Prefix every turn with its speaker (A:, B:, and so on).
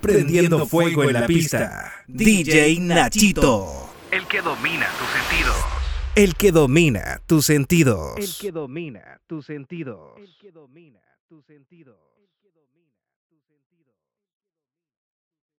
A: prendiendo fuego en la pista. DJ Nachito. El que domina tus sentidos. El que domina tus sentidos. El que domina tus sentidos. El que domina tus sentidos.